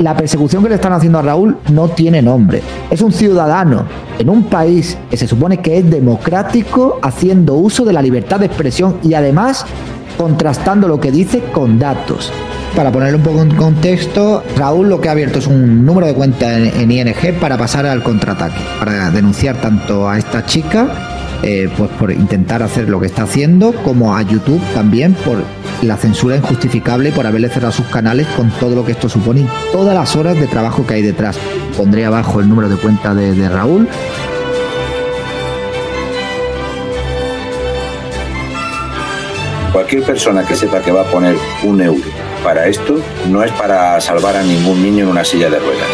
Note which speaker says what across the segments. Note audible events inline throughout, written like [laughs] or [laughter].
Speaker 1: la persecución que le están haciendo a Raúl no tiene nombre. Es un ciudadano en un país que se supone que es democrático haciendo uso de la libertad de expresión y además contrastando lo que dice con datos. Para ponerlo un poco en contexto, Raúl lo que ha abierto es un número de cuenta en, en ING para pasar al contraataque, para denunciar tanto a esta chica eh, pues por intentar hacer lo que está haciendo, como a YouTube también por la censura injustificable y por haberle cerrado sus canales con todo lo que esto supone y todas las horas de trabajo que hay detrás. Pondré abajo el número de cuenta de, de Raúl
Speaker 2: Cualquier persona que sepa que va a poner un euro para esto no es para salvar a ningún niño en una silla de ruedas.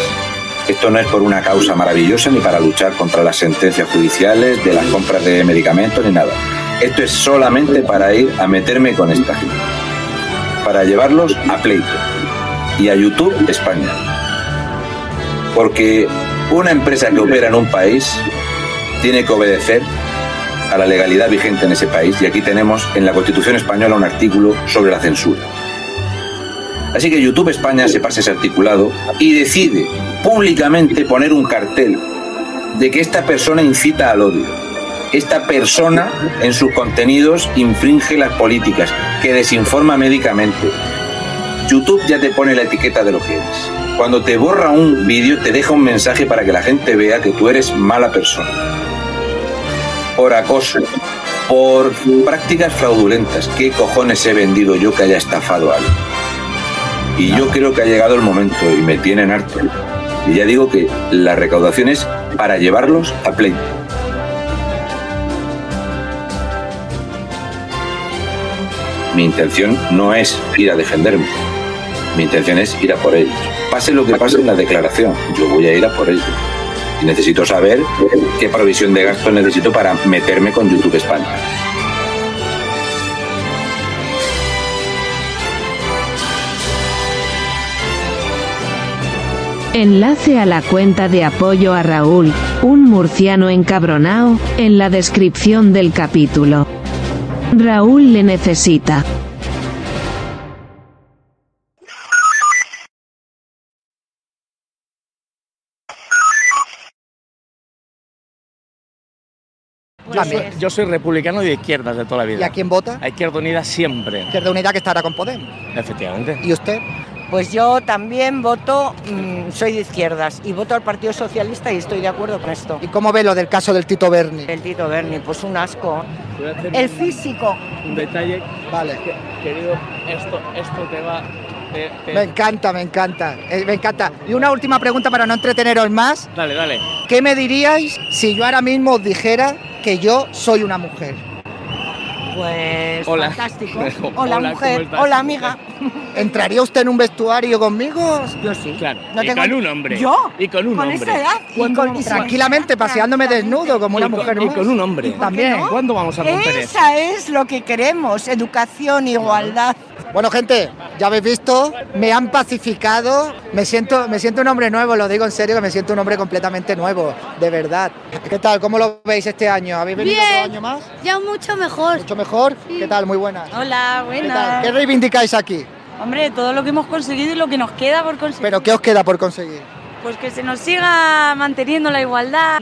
Speaker 2: Esto no es por una causa maravillosa ni para luchar contra las sentencias judiciales de las compras de medicamentos ni nada. Esto es solamente para ir a meterme con esta gente. Para llevarlos a pleito y a YouTube España. Porque una empresa que opera en un país tiene que obedecer a la legalidad vigente en ese país y aquí tenemos en la Constitución española un artículo sobre la censura. Así que YouTube España se pasa ese articulado y decide públicamente poner un cartel de que esta persona incita al odio. Esta persona en sus contenidos infringe las políticas, que desinforma médicamente. YouTube ya te pone la etiqueta de lo que eres. Cuando te borra un vídeo te deja un mensaje para que la gente vea que tú eres mala persona por acoso, por prácticas fraudulentas. ¿Qué cojones he vendido yo que haya estafado a alguien? Y yo creo que ha llegado el momento y me tienen harto. Y ya digo que la recaudación es para llevarlos a pleito. Mi intención no es ir a defenderme. Mi intención es ir a por ellos. Pase lo que pase en la declaración, yo voy a ir a por ellos y necesito saber qué provisión de gasto necesito para meterme con YouTube España.
Speaker 3: Enlace a la cuenta de apoyo a Raúl, un murciano encabronao, en la descripción del capítulo. Raúl le necesita.
Speaker 4: Yo soy, yo soy republicano y de izquierdas de toda la vida.
Speaker 5: ¿Y a quién vota?
Speaker 4: A Izquierda Unida siempre.
Speaker 5: Izquierda Unida que estará con Podemos.
Speaker 4: Efectivamente.
Speaker 5: ¿Y usted?
Speaker 6: Pues yo también voto, mmm, soy de izquierdas y voto al Partido Socialista y estoy de acuerdo con esto.
Speaker 5: ¿Y cómo ve lo del caso del Tito Berni?
Speaker 6: El Tito Berni, pues un asco. El físico.
Speaker 7: Un detalle.
Speaker 5: Vale.
Speaker 7: Querido, esto, esto te va te, te...
Speaker 5: Me encanta, me encanta, eh, me encanta. Y una última pregunta para no entreteneros más.
Speaker 7: Dale, dale.
Speaker 5: ¿Qué me diríais si yo ahora mismo os dijera que yo soy una mujer?
Speaker 6: Pues hola. fantástico. Hola, hola mujer, hola amiga.
Speaker 5: ¿Entraría usted en un vestuario conmigo?
Speaker 6: Yo sí.
Speaker 7: Claro. No y tengo... con un hombre.
Speaker 6: ¿Yo?
Speaker 7: Y con un
Speaker 6: ¿Con
Speaker 7: hombre.
Speaker 6: Esa edad?
Speaker 5: Y con, y tranquilamente paseándome desnudo como una
Speaker 7: y con,
Speaker 5: mujer
Speaker 7: Y
Speaker 5: más.
Speaker 7: con un hombre.
Speaker 5: También.
Speaker 7: No? ¿Cuándo vamos a romper eso?
Speaker 6: Esa es lo que queremos, educación, igualdad.
Speaker 5: Bueno, gente, ya habéis visto, me han pacificado, me siento, me siento un hombre nuevo, lo digo en serio, que me siento un hombre completamente nuevo, de verdad. ¿Qué tal? ¿Cómo lo veis este año? ¿Habéis venido
Speaker 8: Bien.
Speaker 5: otro año más?
Speaker 8: Ya mucho mejor.
Speaker 5: ¿Mucho mejor? ¿Qué tal? Muy buenas.
Speaker 8: Hola,
Speaker 5: ¿Qué, tal?
Speaker 8: buenas.
Speaker 5: ¿Qué reivindicáis aquí?
Speaker 8: Hombre, todo lo que hemos conseguido y lo que nos queda por conseguir.
Speaker 5: ¿Pero qué os queda por conseguir?
Speaker 8: Pues que se nos siga manteniendo la igualdad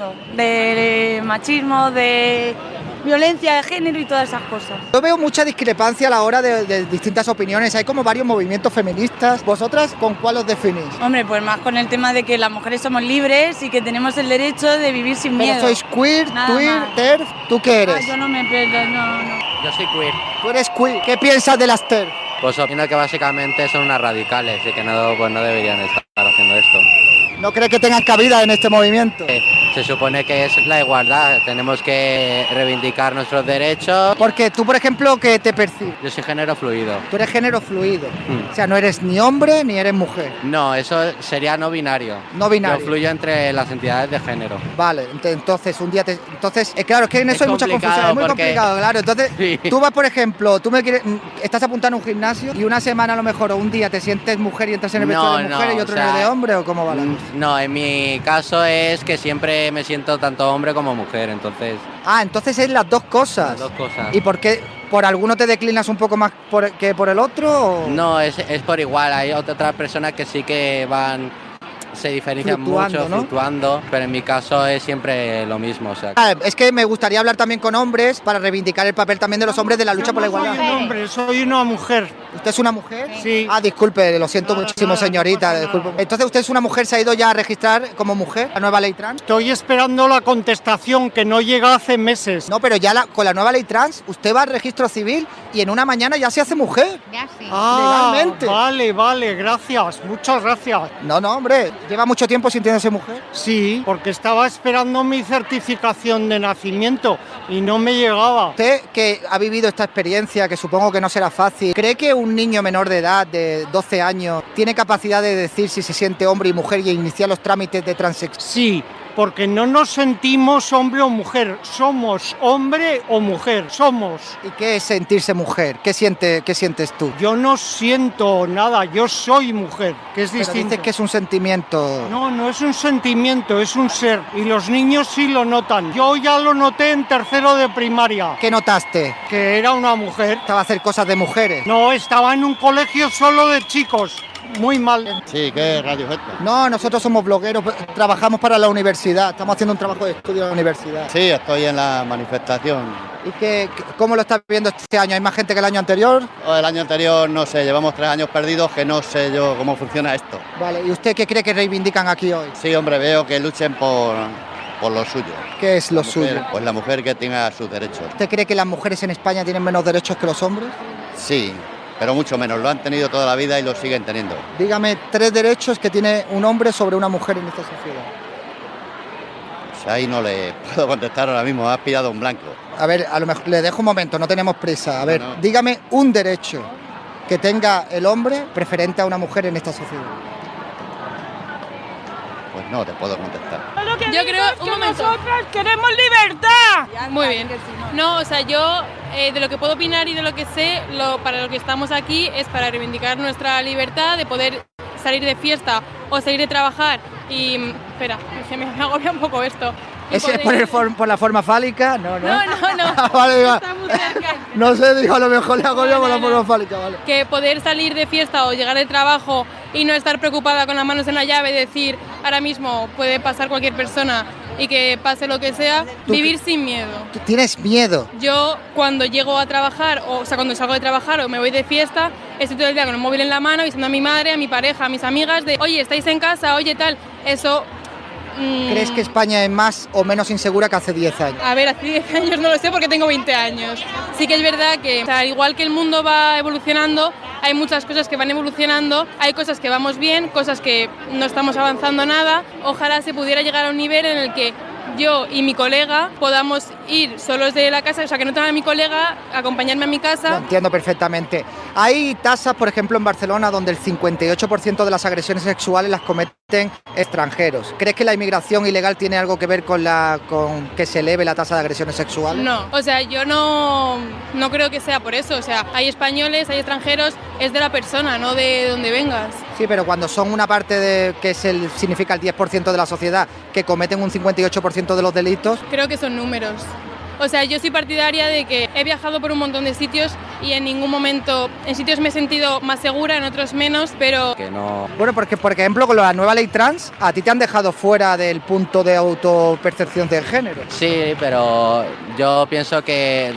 Speaker 8: de machismo, de violencia de género y todas esas cosas.
Speaker 5: Yo veo mucha discrepancia a la hora de, de distintas opiniones, hay como varios movimientos feministas. ¿Vosotras con cuál os definís?
Speaker 8: Hombre, pues más con el tema de que las mujeres somos libres y que tenemos el derecho de vivir sin
Speaker 5: Pero
Speaker 8: miedo.
Speaker 5: sois queer,
Speaker 8: Nada
Speaker 5: queer,
Speaker 8: más.
Speaker 5: TERF, ¿tú qué
Speaker 8: Ah,
Speaker 5: eres?
Speaker 8: yo no me pierdo, no, no.
Speaker 9: Yo soy queer.
Speaker 5: Tú eres queer. ¿Qué piensas de las TERF?
Speaker 9: Pues opino que básicamente son unas radicales y que no, pues no deberían estar haciendo esto.
Speaker 5: ¿No crees que tengan cabida en este movimiento?
Speaker 9: Eh, Se supone que es la igualdad, tenemos que reivindicar nuestros derechos.
Speaker 5: Porque tú, por ejemplo, que te percibes.
Speaker 9: Yo soy género fluido.
Speaker 5: Tú eres género fluido.
Speaker 9: Mm.
Speaker 5: O sea, no eres ni hombre ni eres mujer.
Speaker 9: No, eso sería no binario.
Speaker 5: No binario.
Speaker 9: Yo fluyo entre las entidades de género.
Speaker 5: Vale, ent- entonces un día te... Entonces, eh, claro, es que en
Speaker 9: Es
Speaker 5: eso hay mucha
Speaker 9: complicado
Speaker 5: confusión, es muy
Speaker 9: porque-
Speaker 5: complicado, claro. Entonces,
Speaker 9: [laughs] Sí.
Speaker 5: tú vas, por ejemplo, tú me quieres... mm, Estás apuntando a un gimnasio y una semana a lo mejor o un día te sientes mujer y entras en el
Speaker 9: No,
Speaker 5: vestuario de
Speaker 9: no,
Speaker 5: mujer y
Speaker 9: o
Speaker 5: otro
Speaker 9: sea,
Speaker 5: en el de hombre o cómo va la
Speaker 9: Mm,
Speaker 5: cosa?
Speaker 9: No, en mi caso es que siempre me siento tanto hombre como mujer, entonces
Speaker 5: Ah, entonces es las dos cosas.
Speaker 9: las dos cosas.
Speaker 5: ¿Y por qué? ¿Por alguno te declinas un poco más por- que por el otro? o-
Speaker 10: No, es, es por igual. Hay ot- otras personas que sí que van, se diferencian
Speaker 5: Fluctuando,
Speaker 10: mucho,
Speaker 5: ¿no?
Speaker 10: fluctuando, pero en mi caso es siempre lo mismo. O sea,
Speaker 5: Ah, Es que me gustaría hablar también con hombres para reivindicar el papel también de los hombres de la lucha por la igualdad.
Speaker 7: hombre, soy una mujer.
Speaker 5: ¿Usted es una mujer? Sí. Ah, disculpe, lo siento muchísimo, señorita. disculpe. Entonces, ¿usted es una mujer? ¿Se ha ido ya a registrar como mujer la nueva ley trans?
Speaker 7: Estoy esperando la contestación que no llega hace meses.
Speaker 5: No, pero ya la- con la nueva ley trans, usted va al registro civil y en una mañana ya se hace mujer.
Speaker 7: Ah,
Speaker 5: Legalmente.
Speaker 7: vale, vale, gracias, muchas gracias.
Speaker 5: No, no, hombre, lleva mucho tiempo sintiéndose mujer.
Speaker 7: Sí, porque estaba esperando mi certificación de nacimiento y no me llegaba.
Speaker 5: Usted que ha vivido esta experiencia, que supongo que no será fácil, ¿cree que un niño menor de edad, de 12 años, tiene capacidad de decir si se siente hombre y mujer y iniciar los trámites de transexualidad?
Speaker 7: Sí, porque no nos sentimos hombre o mujer, somos hombre o mujer, somos.
Speaker 5: ¿Y qué es sentirse mujer? ¿Qué, siente, qué sientes tú?
Speaker 7: Yo no siento nada, yo soy mujer, que es
Speaker 5: Pero
Speaker 7: distinto.
Speaker 5: dices que es un sentimiento...
Speaker 7: No, no es un sentimiento, es un ser. Y los niños sí lo notan. Yo ya lo noté en tercero de primaria,
Speaker 5: ¿Qué notaste?
Speaker 7: que era una mujer.
Speaker 5: Estaba a hacer cosas de mujeres.
Speaker 7: No, estaba en un colegio solo de chicos. Muy mal.
Speaker 9: Sí, que radio esta.
Speaker 5: No, nosotros somos blogueros, trabajamos para la universidad, estamos haciendo un trabajo de estudio en la universidad.
Speaker 9: Sí, estoy en la manifestación.
Speaker 5: ¿Y qué, qué- cómo lo estás viendo este año? ¿Hay más gente que el año anterior?
Speaker 9: O El año anterior, no sé, llevamos tres años perdidos que no sé yo cómo funciona esto.
Speaker 5: Vale, ¿y usted qué cree que reivindican aquí hoy?
Speaker 9: Sí, hombre, veo que luchen por, por lo suyo.
Speaker 5: ¿Qué es lo
Speaker 9: La mujer,
Speaker 5: suyo?
Speaker 9: Pues la mujer que tenga sus derechos.
Speaker 5: ¿Usted cree que las mujeres en España tienen menos derechos que los hombres?
Speaker 9: Sí, pero mucho menos. Lo han tenido toda la vida y lo siguen teniendo.
Speaker 5: Dígame tres derechos que tiene un hombre sobre una mujer en esta sociedad.
Speaker 9: Pues ahí no le [laughs] puedo contestar ahora mismo, has pillado un blanco.
Speaker 5: A ver, a lo mejor le dejo un momento, no tenemos prisa. A ver,
Speaker 9: No, no.
Speaker 5: dígame un derecho que tenga el hombre preferente a una mujer en esta sociedad.
Speaker 9: Pues no te puedo contestar.
Speaker 8: Yo creo, un momento. Nosotras queremos libertad. Muy bien. No, o sea, yo eh, de lo que puedo opinar y de lo que sé, lo, para lo que estamos aquí es para reivindicar nuestra libertad de poder salir de fiesta o salir de trabajar y... mm, Espera, es que me, me agobia un poco esto. Y
Speaker 5: ¿Ese es
Speaker 8: poder-
Speaker 5: por, el for- por la forma fálica? No, no.
Speaker 8: No, no,
Speaker 5: [laughs]
Speaker 8: no.
Speaker 5: Vale, va.
Speaker 8: Está muy cerca.
Speaker 5: No sé, dijo, a lo mejor le hago yo con la forma fálica, vale.
Speaker 8: que poder salir de fiesta o llegar de trabajo y no estar preocupada con las manos en la llave, decir ahora mismo puede pasar cualquier persona y que pase lo que sea, vivir sin miedo.
Speaker 5: Tú tienes miedo.
Speaker 8: Yo cuando llego a trabajar, o, o sea, cuando salgo de trabajar o me voy de fiesta, estoy todo el día con el móvil en la mano avisando a mi madre, a mi pareja, a mis amigas de, oye, estáis en casa, oye, tal. Eso... mm,
Speaker 5: ¿Crees que España es más o menos insegura que hace 10 años?
Speaker 8: a ver, hace 10 años no lo sé porque tengo 20 años. Sí que es verdad que, o sea, igual que el mundo va evolucionando, hay muchas cosas que van evolucionando, hay cosas que vamos bien, cosas que no estamos avanzando nada. Ojalá se pudiera llegar a un nivel en el que yo y mi colega podamos ir solos de la casa, o sea, que no tenga a mi colega a acompañarme a mi
Speaker 5: Lo
Speaker 8: casa.
Speaker 5: entiendo perfectamente. Hay tasas, por ejemplo, en Barcelona, donde el 58% de las agresiones sexuales las cometen extranjeros. ¿Crees que la inmigración ilegal tiene algo que ver con, la, con que se eleve la tasa de agresiones sexuales?
Speaker 8: No, o sea, yo no, no creo que sea por eso. O sea, hay españoles, hay extranjeros, es de la persona, no de donde vengas.
Speaker 5: Sí, pero cuando son una parte de, que es el, significa el 10% de la sociedad, que cometen un 58% de los delitos,
Speaker 8: Creo que son números. O sea, yo soy partidaria de que he viajado por un montón de sitios y en ningún momento, en sitios me he sentido más segura, en otros menos, pero
Speaker 10: que no.
Speaker 5: Bueno, porque por ejemplo con la nueva ley trans, a ti te han dejado fuera del punto de autopercepción del género.
Speaker 10: Sí, pero yo pienso que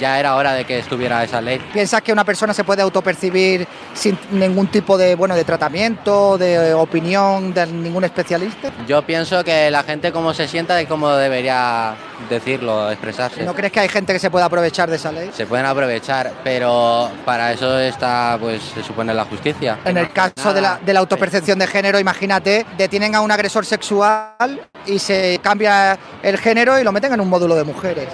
Speaker 10: ya era hora de que estuviera esa ley.
Speaker 5: ¿Piensas que una persona se puede autopercibir sin ningún tipo de, bueno, de tratamiento, de opinión de ningún especialista?
Speaker 10: Yo pienso que la gente como se sienta y cómo debería decirlo, expresarse.
Speaker 5: ¿No crees que hay gente que se pueda aprovechar de esa ley?
Speaker 10: Se pueden aprovechar, pero para eso está, pues se supone la justicia.
Speaker 5: En el caso de la, de la autopercepción de género, imagínate, detienen a un agresor sexual y se cambia el género y lo meten en un módulo de mujeres.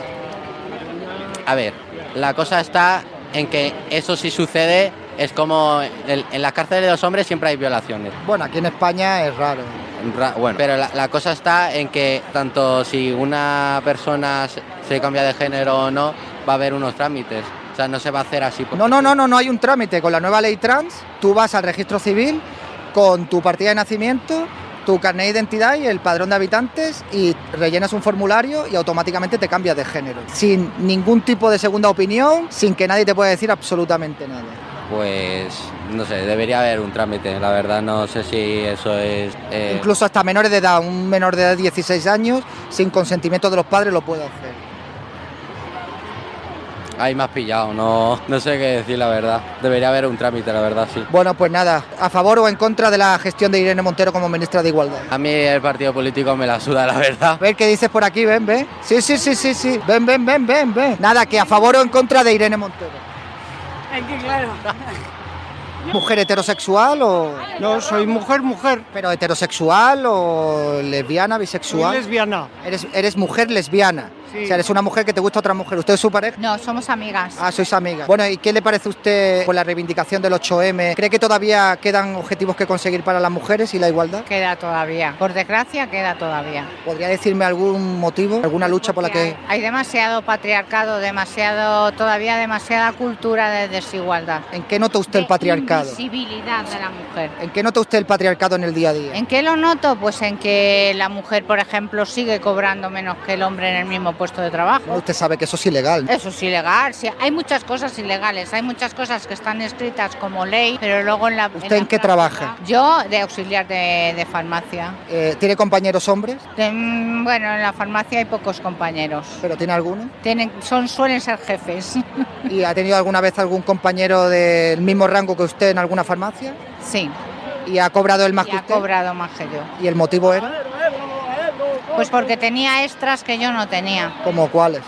Speaker 10: A ver, la cosa está en que eso sí sucede, es como el- en las cárceles de los hombres siempre hay violaciones.
Speaker 5: Bueno, aquí en España es raro. ¿eh?
Speaker 10: Ra- Bueno, pero la, la cosa está en que tanto si una persona se- se cambia de género o no, va a haber unos trámites. O sea, no se va a hacer así. porque-
Speaker 5: No, no, no, no, no hay un trámite. Con la nueva ley trans, tú vas al registro civil con tu partida de nacimiento tu carnet de identidad y el padrón de habitantes y rellenas un formulario y automáticamente te cambias de género. Sin ningún tipo de segunda opinión, sin que nadie te pueda decir absolutamente nada.
Speaker 10: Pues no sé, debería haber un trámite, la verdad no sé si eso es... eh,
Speaker 5: Incluso hasta menores de edad, un menor de edad de 16 años, sin consentimiento de los padres lo puede hacer.
Speaker 10: Hay más pillado, no, no sé qué decir la verdad. Debería haber un trámite, la verdad, sí.
Speaker 5: Bueno, pues nada, a favor o en contra de la gestión de Irene Montero como ministra de Igualdad.
Speaker 10: A mí el partido político me la suda, la verdad.
Speaker 5: A ver qué dices por aquí, ven, ven. Sí, sí, sí, sí, sí. Ven, ven, ven, ven, ven. Nada, que a favor o en contra de Irene Montero.
Speaker 11: Es que claro.
Speaker 5: [laughs] ¿Mujer heterosexual o...? No, soy mujer, mujer. ¿Pero heterosexual o lesbiana, bisexual?
Speaker 7: Soy lesbiana.
Speaker 5: Eres, eres mujer lesbiana.
Speaker 7: Sí.
Speaker 5: O sea, eres una mujer que te gusta otra mujer. ¿Usted es su pareja?
Speaker 6: No, somos amigas.
Speaker 5: Ah, sois amigas. Bueno, ¿y qué le parece a usted con la reivindicación del 8M? ¿Cree que todavía quedan objetivos que conseguir para las mujeres y la igualdad?
Speaker 6: Queda todavía. Por desgracia, queda todavía.
Speaker 5: ¿Podría decirme algún motivo, alguna lucha por la que...?
Speaker 6: Hay demasiado patriarcado, demasiado, todavía demasiada cultura de desigualdad.
Speaker 5: ¿En qué nota usted el patriarcado?
Speaker 6: Visibilidad de la mujer.
Speaker 5: ¿En qué nota usted el patriarcado en el día a día?
Speaker 6: ¿En qué lo noto? Pues en que la mujer, por ejemplo, sigue cobrando menos que el hombre en el mismo puesto de trabajo.
Speaker 5: Usted sabe que eso es ilegal.
Speaker 6: Eso es ilegal, sí. Hay muchas cosas ilegales, hay muchas cosas que están escritas como ley, pero luego en la... en
Speaker 5: ¿Usted
Speaker 6: la
Speaker 5: en qué trabaja?
Speaker 6: Yo de auxiliar de, de farmacia.
Speaker 5: Eh, ¿Tiene compañeros hombres?
Speaker 6: De- mm, bueno, en la farmacia hay pocos compañeros.
Speaker 5: ¿Pero tiene alguno?
Speaker 6: Tienen, son, suelen ser jefes. [laughs]
Speaker 5: ¿Y ha tenido alguna vez algún compañero del mismo rango que usted en alguna farmacia?
Speaker 6: Sí.
Speaker 5: ¿Y ha cobrado el más
Speaker 6: Y
Speaker 5: que
Speaker 6: ha
Speaker 5: usted?
Speaker 6: cobrado más que yo.
Speaker 5: ¿Y el motivo era?
Speaker 6: Pues porque tenía extras que yo no tenía.
Speaker 5: ¿Como cuáles?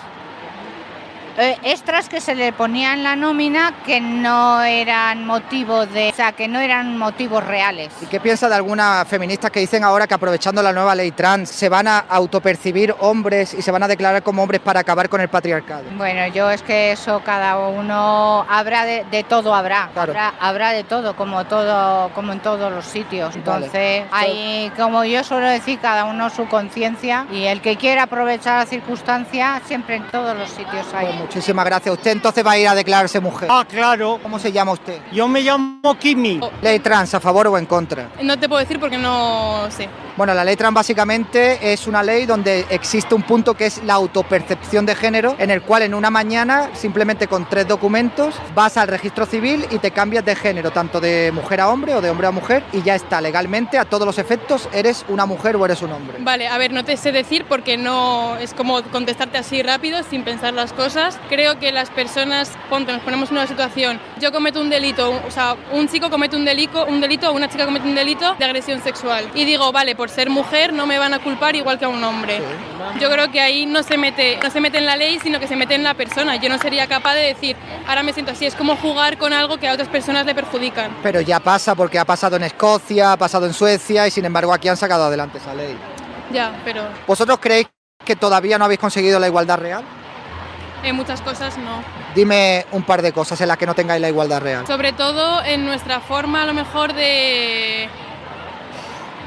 Speaker 6: Eh, extras que se le ponían en la nómina que no eran motivo de, o sea, que no eran motivos reales.
Speaker 5: ¿Y qué piensa de algunas feministas que dicen ahora que aprovechando la nueva ley trans se van a autopercibir hombres y se van a declarar como hombres para acabar con el patriarcado?
Speaker 6: Bueno, yo es que eso cada uno habrá de, de todo habrá,
Speaker 5: Claro.
Speaker 6: habrá, habrá de todo como todo como en todos los sitios.
Speaker 5: Vale. Pues-
Speaker 6: Entonces, hay como yo suelo decir, cada uno su conciencia y el que quiera aprovechar la circunstancia siempre en todos los sitios hay.
Speaker 5: Pues Muchísimas gracias. Usted entonces va a ir a declararse mujer.
Speaker 7: Ah, claro.
Speaker 5: ¿Cómo se llama usted?
Speaker 7: Yo me llamo Kimi.
Speaker 5: ¿Ley trans a favor o en contra?
Speaker 8: No te puedo decir porque no sé.
Speaker 5: Bueno, la ley trans básicamente es una ley donde existe un punto que es la autopercepción de género, en el cual en una mañana, simplemente con tres documentos, vas al registro civil y te cambias de género, tanto de mujer a hombre o de hombre a mujer, y ya está, legalmente, a todos los efectos, eres una mujer o eres un hombre.
Speaker 8: Vale, a ver, no te sé decir porque no es como contestarte así rápido sin pensar las cosas. Creo que las personas, ponte, nos ponemos en una situación, yo cometo un delito, o sea, un chico comete un delito, un delito o una chica comete un delito de agresión sexual y digo, vale, por ser mujer no me van a culpar igual que a un hombre. Yo creo que ahí no se mete, no se mete en la ley, sino que se mete en la persona. Yo no sería capaz de decir, ahora me siento así, es como jugar con algo que a otras personas le perjudican.
Speaker 5: Pero ya pasa porque ha pasado en Escocia, ha pasado en Suecia y sin embargo aquí han sacado adelante esa ley.
Speaker 8: Ya, pero
Speaker 5: ¿Vosotros creéis que todavía no habéis conseguido la igualdad real?
Speaker 8: en muchas cosas no.
Speaker 5: Dime un par de cosas en las que no tengáis la igualdad real.
Speaker 8: Sobre todo en nuestra forma, a lo mejor, de.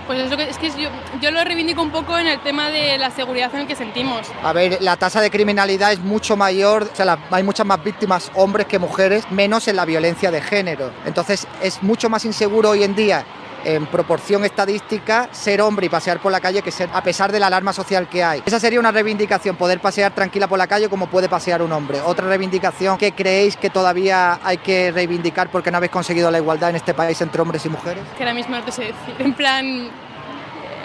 Speaker 8: Pues es, lo que, es que yo, yo lo reivindico un poco en el tema de la seguridad en el que sentimos.
Speaker 5: A ver, la tasa de criminalidad es mucho mayor, o sea, la- hay muchas más víctimas hombres que mujeres, menos en la violencia de género. Entonces es mucho más inseguro hoy en día, en proporción estadística, ser hombre y pasear por la calle que ser, a pesar de la alarma social que hay. Esa sería una reivindicación, poder pasear tranquila por la calle como puede pasear un hombre. Otra reivindicación que creéis que todavía hay que reivindicar porque no habéis conseguido la igualdad en este país entre hombres y mujeres.
Speaker 8: Que ahora mismo no te sé decir. En plan.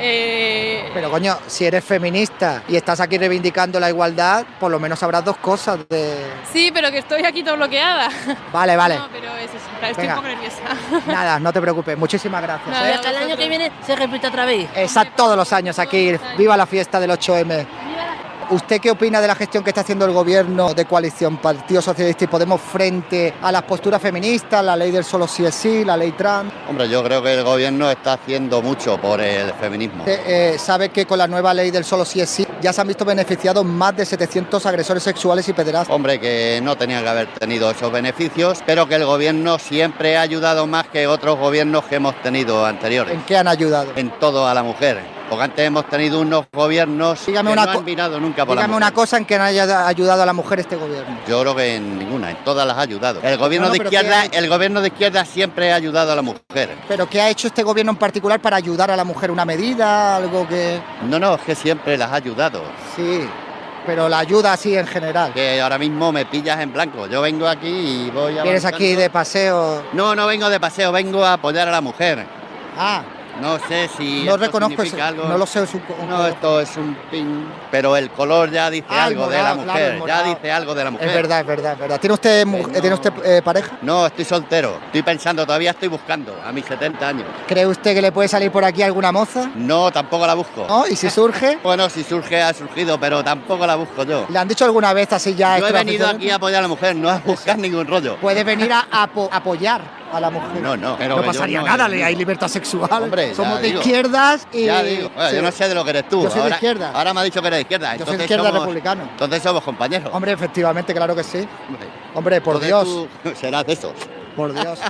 Speaker 8: eh,
Speaker 5: Pero coño, si eres feminista y estás aquí reivindicando la igualdad, por lo menos sabrás dos cosas de...
Speaker 8: sí, pero que estoy aquí todo bloqueada.
Speaker 5: Vale, vale.
Speaker 8: [laughs] No, pero es eso. en plan, Estoy
Speaker 5: Venga. Pues
Speaker 8: un poco nerviosa. [laughs]
Speaker 5: Nada, no te preocupes. Muchísimas gracias.
Speaker 8: Nada,
Speaker 5: ¿eh?
Speaker 12: Hasta el año que viene se repite otra vez.
Speaker 5: Exacto, todos los años aquí. Viva la fiesta del 8M. ¿Usted qué opina de la gestión que está haciendo el gobierno de coalición Partido Socialista y Podemos frente a las posturas feministas, la ley del solo sí es sí, la ley trans?
Speaker 9: Hombre, yo creo que el gobierno está haciendo mucho por el feminismo.
Speaker 5: Usted, eh, sabe que con la nueva ley del solo sí es sí ya se han visto beneficiados más de 700 agresores sexuales y pederastas.
Speaker 9: Hombre, que no tenían que haber tenido esos beneficios, pero que el gobierno siempre ha ayudado más que otros gobiernos que hemos tenido anteriores.
Speaker 5: ¿En qué han ayudado?
Speaker 9: En todo a la mujer. Porque antes hemos tenido unos gobiernos que
Speaker 5: una
Speaker 9: no
Speaker 5: co-
Speaker 9: han mirado nunca por la
Speaker 5: Dígame
Speaker 9: mujer.
Speaker 5: una cosa en que no haya ayudado a la mujer este gobierno.
Speaker 9: Yo creo que en ninguna, en todas las ha ayudado. El
Speaker 5: No,
Speaker 9: gobierno
Speaker 5: no,
Speaker 9: de
Speaker 5: pero
Speaker 9: izquierda,
Speaker 5: ¿qué
Speaker 9: el gobierno de izquierda siempre ha ayudado a la mujer.
Speaker 5: Pero ¿qué ha hecho este gobierno en particular para ayudar a la mujer? ¿Una medida? ¿Algo que...?
Speaker 9: No, no, es que siempre las ha ayudado.
Speaker 5: Sí, pero la ayuda así en general.
Speaker 9: Que ahora mismo me pillas en blanco. Yo vengo aquí y voy a.
Speaker 5: Vienes aquí de paseo...
Speaker 9: No, no vengo de paseo, vengo a apoyar a la mujer.
Speaker 5: Ah,
Speaker 9: No sé si.
Speaker 5: no
Speaker 9: esto
Speaker 5: reconozco eso.
Speaker 9: significa algo.
Speaker 5: No lo sé, es un-
Speaker 9: No, esto es un pin. Pero el color ya dice
Speaker 5: Ah, el
Speaker 9: algo de la
Speaker 5: morado, claro, el
Speaker 9: mujer. ya
Speaker 5: morado.
Speaker 9: dice algo de la mujer. Pues
Speaker 5: Es verdad, es verdad, es verdad. ¿Tiene usted, mu- eh, ¿tiene usted eh, pareja?
Speaker 9: No, estoy soltero. Estoy pensando, todavía estoy buscando a mis 70 años.
Speaker 5: ¿Cree usted que le puede salir por aquí alguna moza?
Speaker 9: No, tampoco la busco.
Speaker 5: ¿No? ¿Y si
Speaker 9: [laughs]
Speaker 5: surge?
Speaker 9: Bueno, si surge, ha surgido, pero tampoco la busco yo.
Speaker 5: ¿Le han dicho alguna vez así ya?
Speaker 9: Yo he venido
Speaker 5: extraoficialmente?
Speaker 9: aquí a apoyar a la mujer, no a buscar ningún rollo.
Speaker 5: Puede venir a apo- apoyar a la mujer.
Speaker 9: No, no. Pero
Speaker 5: Pues, no
Speaker 9: que yo
Speaker 5: pasaría
Speaker 9: no
Speaker 5: nada,
Speaker 9: he
Speaker 5: le-
Speaker 9: venido.
Speaker 5: hay libertad sexual.
Speaker 9: Hombre, ya
Speaker 5: Somos de
Speaker 9: digo.
Speaker 5: izquierdas y.
Speaker 9: Ya digo, Bueno,
Speaker 5: Sí.
Speaker 9: yo no sé de lo que eres tú.
Speaker 5: Yo soy de
Speaker 9: ahora,
Speaker 5: izquierda.
Speaker 9: Ahora me ha dicho que eres de izquierda.
Speaker 5: Yo soy
Speaker 9: entonces
Speaker 5: de izquierda
Speaker 9: somos-
Speaker 5: republicano.
Speaker 9: Entonces somos compañeros.
Speaker 5: Hombre, efectivamente, claro que sí. Hombre, por Dios,
Speaker 9: Entonces tú [laughs] serás de eso.
Speaker 5: por
Speaker 9: [laughs]
Speaker 5: Dios.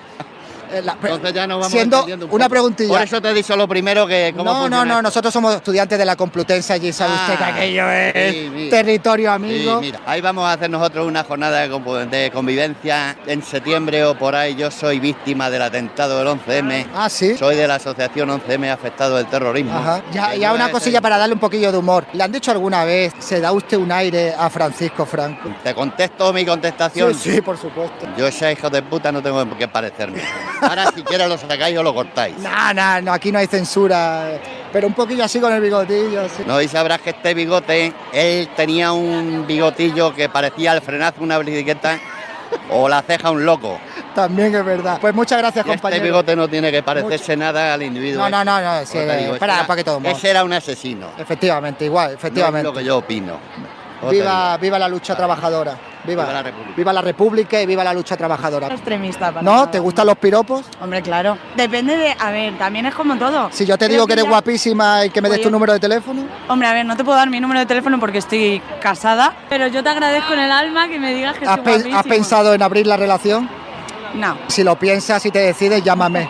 Speaker 5: Eh, la-
Speaker 9: Entonces ya nos vamos
Speaker 5: siendo
Speaker 9: entendiendo un
Speaker 5: una
Speaker 9: poco.
Speaker 5: preguntilla.
Speaker 9: Por eso te he dicho lo primero que. ¿cómo
Speaker 5: no, no,
Speaker 9: funciona Ah,
Speaker 5: no, nosotros somos estudiantes de la Complutense allí, sabe usted que aquello es
Speaker 9: sí, mira.
Speaker 5: territorio
Speaker 9: Sí,
Speaker 5: amigo.
Speaker 9: mira, ahí vamos a hacer nosotros una jornada de conv- de convivencia en septiembre o por ahí. Yo soy víctima del atentado del 11M.
Speaker 5: Ah, sí.
Speaker 9: Soy de la asociación 11M afectado del terrorismo.
Speaker 5: Ajá. Ya,
Speaker 9: Que
Speaker 5: ya
Speaker 9: yo
Speaker 5: una
Speaker 9: he-
Speaker 5: cosilla para darle un poquillo de humor. ¿Le han dicho alguna vez, se da usted un aire a Francisco Franco?
Speaker 9: Te contesto mi
Speaker 5: Sí,
Speaker 9: contestación.
Speaker 5: sí, por supuesto.
Speaker 9: Yo ese hijo de puta no tengo por qué parecerme. Ahora si quieres lo sacáis o lo cortáis.
Speaker 5: No, no, no, aquí no hay censura. eh, Pero un poquillo así con el bigotillo. así.
Speaker 9: No, y sabrás que este bigote, él tenía un bigotillo que parecía el frenazo de una bicicleta o la ceja de un loco.
Speaker 5: También es verdad. Pues muchas gracias,
Speaker 9: Y este
Speaker 5: Este compañero.
Speaker 9: bigote no tiene que parecerse nada al individuo.
Speaker 5: No, no, no, no,
Speaker 9: Por
Speaker 5: sí,
Speaker 9: lo que digo,
Speaker 5: espera,
Speaker 9: ese era-
Speaker 5: para que todo el mundo.
Speaker 9: Ese era un asesino.
Speaker 5: Efectivamente, igual, efectivamente.
Speaker 9: No es lo que yo opino. Os
Speaker 5: Viva, viva la lucha trabajadora. Viva.
Speaker 9: Viva la República.
Speaker 5: Viva la República y viva la lucha trabajadora.
Speaker 13: Extremista, para
Speaker 5: ¿No?
Speaker 13: nada.
Speaker 5: ¿Te gustan los piropos?
Speaker 13: Hombre, claro. Depende de. A ver, también es como todo.
Speaker 5: Si yo te
Speaker 13: Creo
Speaker 5: digo que eres
Speaker 13: ya-
Speaker 5: guapísima y que me des
Speaker 13: Oye.
Speaker 5: tu número de teléfono.
Speaker 13: Hombre, a ver, no te puedo dar mi número de teléfono porque estoy casada.
Speaker 11: Pero yo te agradezco en el alma que me digas que
Speaker 5: ¿Has,
Speaker 11: soy
Speaker 5: pe- has
Speaker 11: guapísima.
Speaker 5: pensado en abrir la relación?
Speaker 13: No.
Speaker 5: Si lo piensas y te
Speaker 13: [laughs]
Speaker 5: decides, llámame.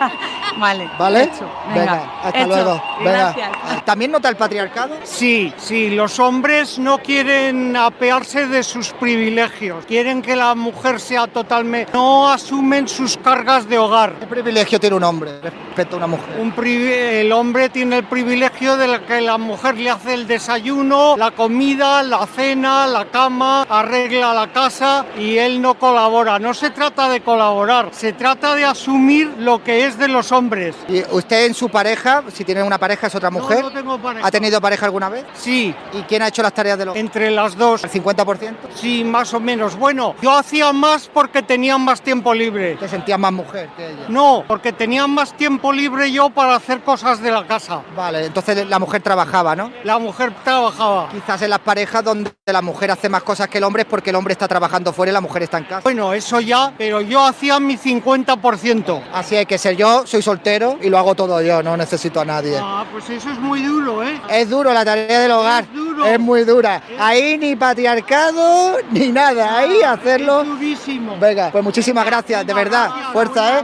Speaker 13: Vale.
Speaker 5: ¿Vale?
Speaker 13: hecho.
Speaker 5: Venga,
Speaker 13: Venga,
Speaker 5: hasta
Speaker 13: hecho.
Speaker 5: luego. Venga. Ah,
Speaker 7: Gracias.
Speaker 5: ¿También nota el patriarcado?
Speaker 7: Sí, sí, los hombres no quieren apearse de sus privilegios, quieren que la mujer sea totalmente... No asumen sus cargas de hogar.
Speaker 5: ¿Qué privilegio tiene un hombre respecto a una mujer?
Speaker 7: Un privi- el hombre tiene el privilegio de la que la mujer le hace el desayuno, la comida, la cena, la cama, arregla la casa y él no colabora. No se trata de colaborar, se trata de asumir lo que es de los hombres.
Speaker 5: ¿Y usted en su pareja, si tiene una pareja, es otra mujer?
Speaker 7: no tengo pareja.
Speaker 5: ¿Ha tenido pareja alguna vez?
Speaker 7: Sí.
Speaker 5: ¿Y quién ha hecho las tareas de los
Speaker 7: Entre las dos.
Speaker 5: ¿El 50%?
Speaker 7: Sí, más o menos. Bueno, yo hacía más porque tenía más tiempo libre.
Speaker 5: ¿Te sentías más mujer que ella?
Speaker 7: No, porque tenía más tiempo libre yo para hacer cosas de la casa.
Speaker 5: Vale, entonces la mujer trabajaba, ¿no?
Speaker 7: La mujer trabajaba.
Speaker 5: Quizás en las parejas donde la mujer hace más cosas que el hombre es porque el hombre está trabajando fuera y la mujer está en casa.
Speaker 7: Bueno, eso ya, pero yo hacía mi 50%.
Speaker 5: Así hay que ser yo, soy soltero y lo hago todo yo, no necesito a nadie.
Speaker 7: Ah, pues eso es muy duro, ¿eh?
Speaker 5: Es duro la tarea del hogar, es, muy dura. Ahí ni patriarcado ni nada, ahí hacerlo.
Speaker 7: Ah, Durísimo.
Speaker 5: Venga, pues muchísimas gracias, de verdad, fuerza, ¿eh?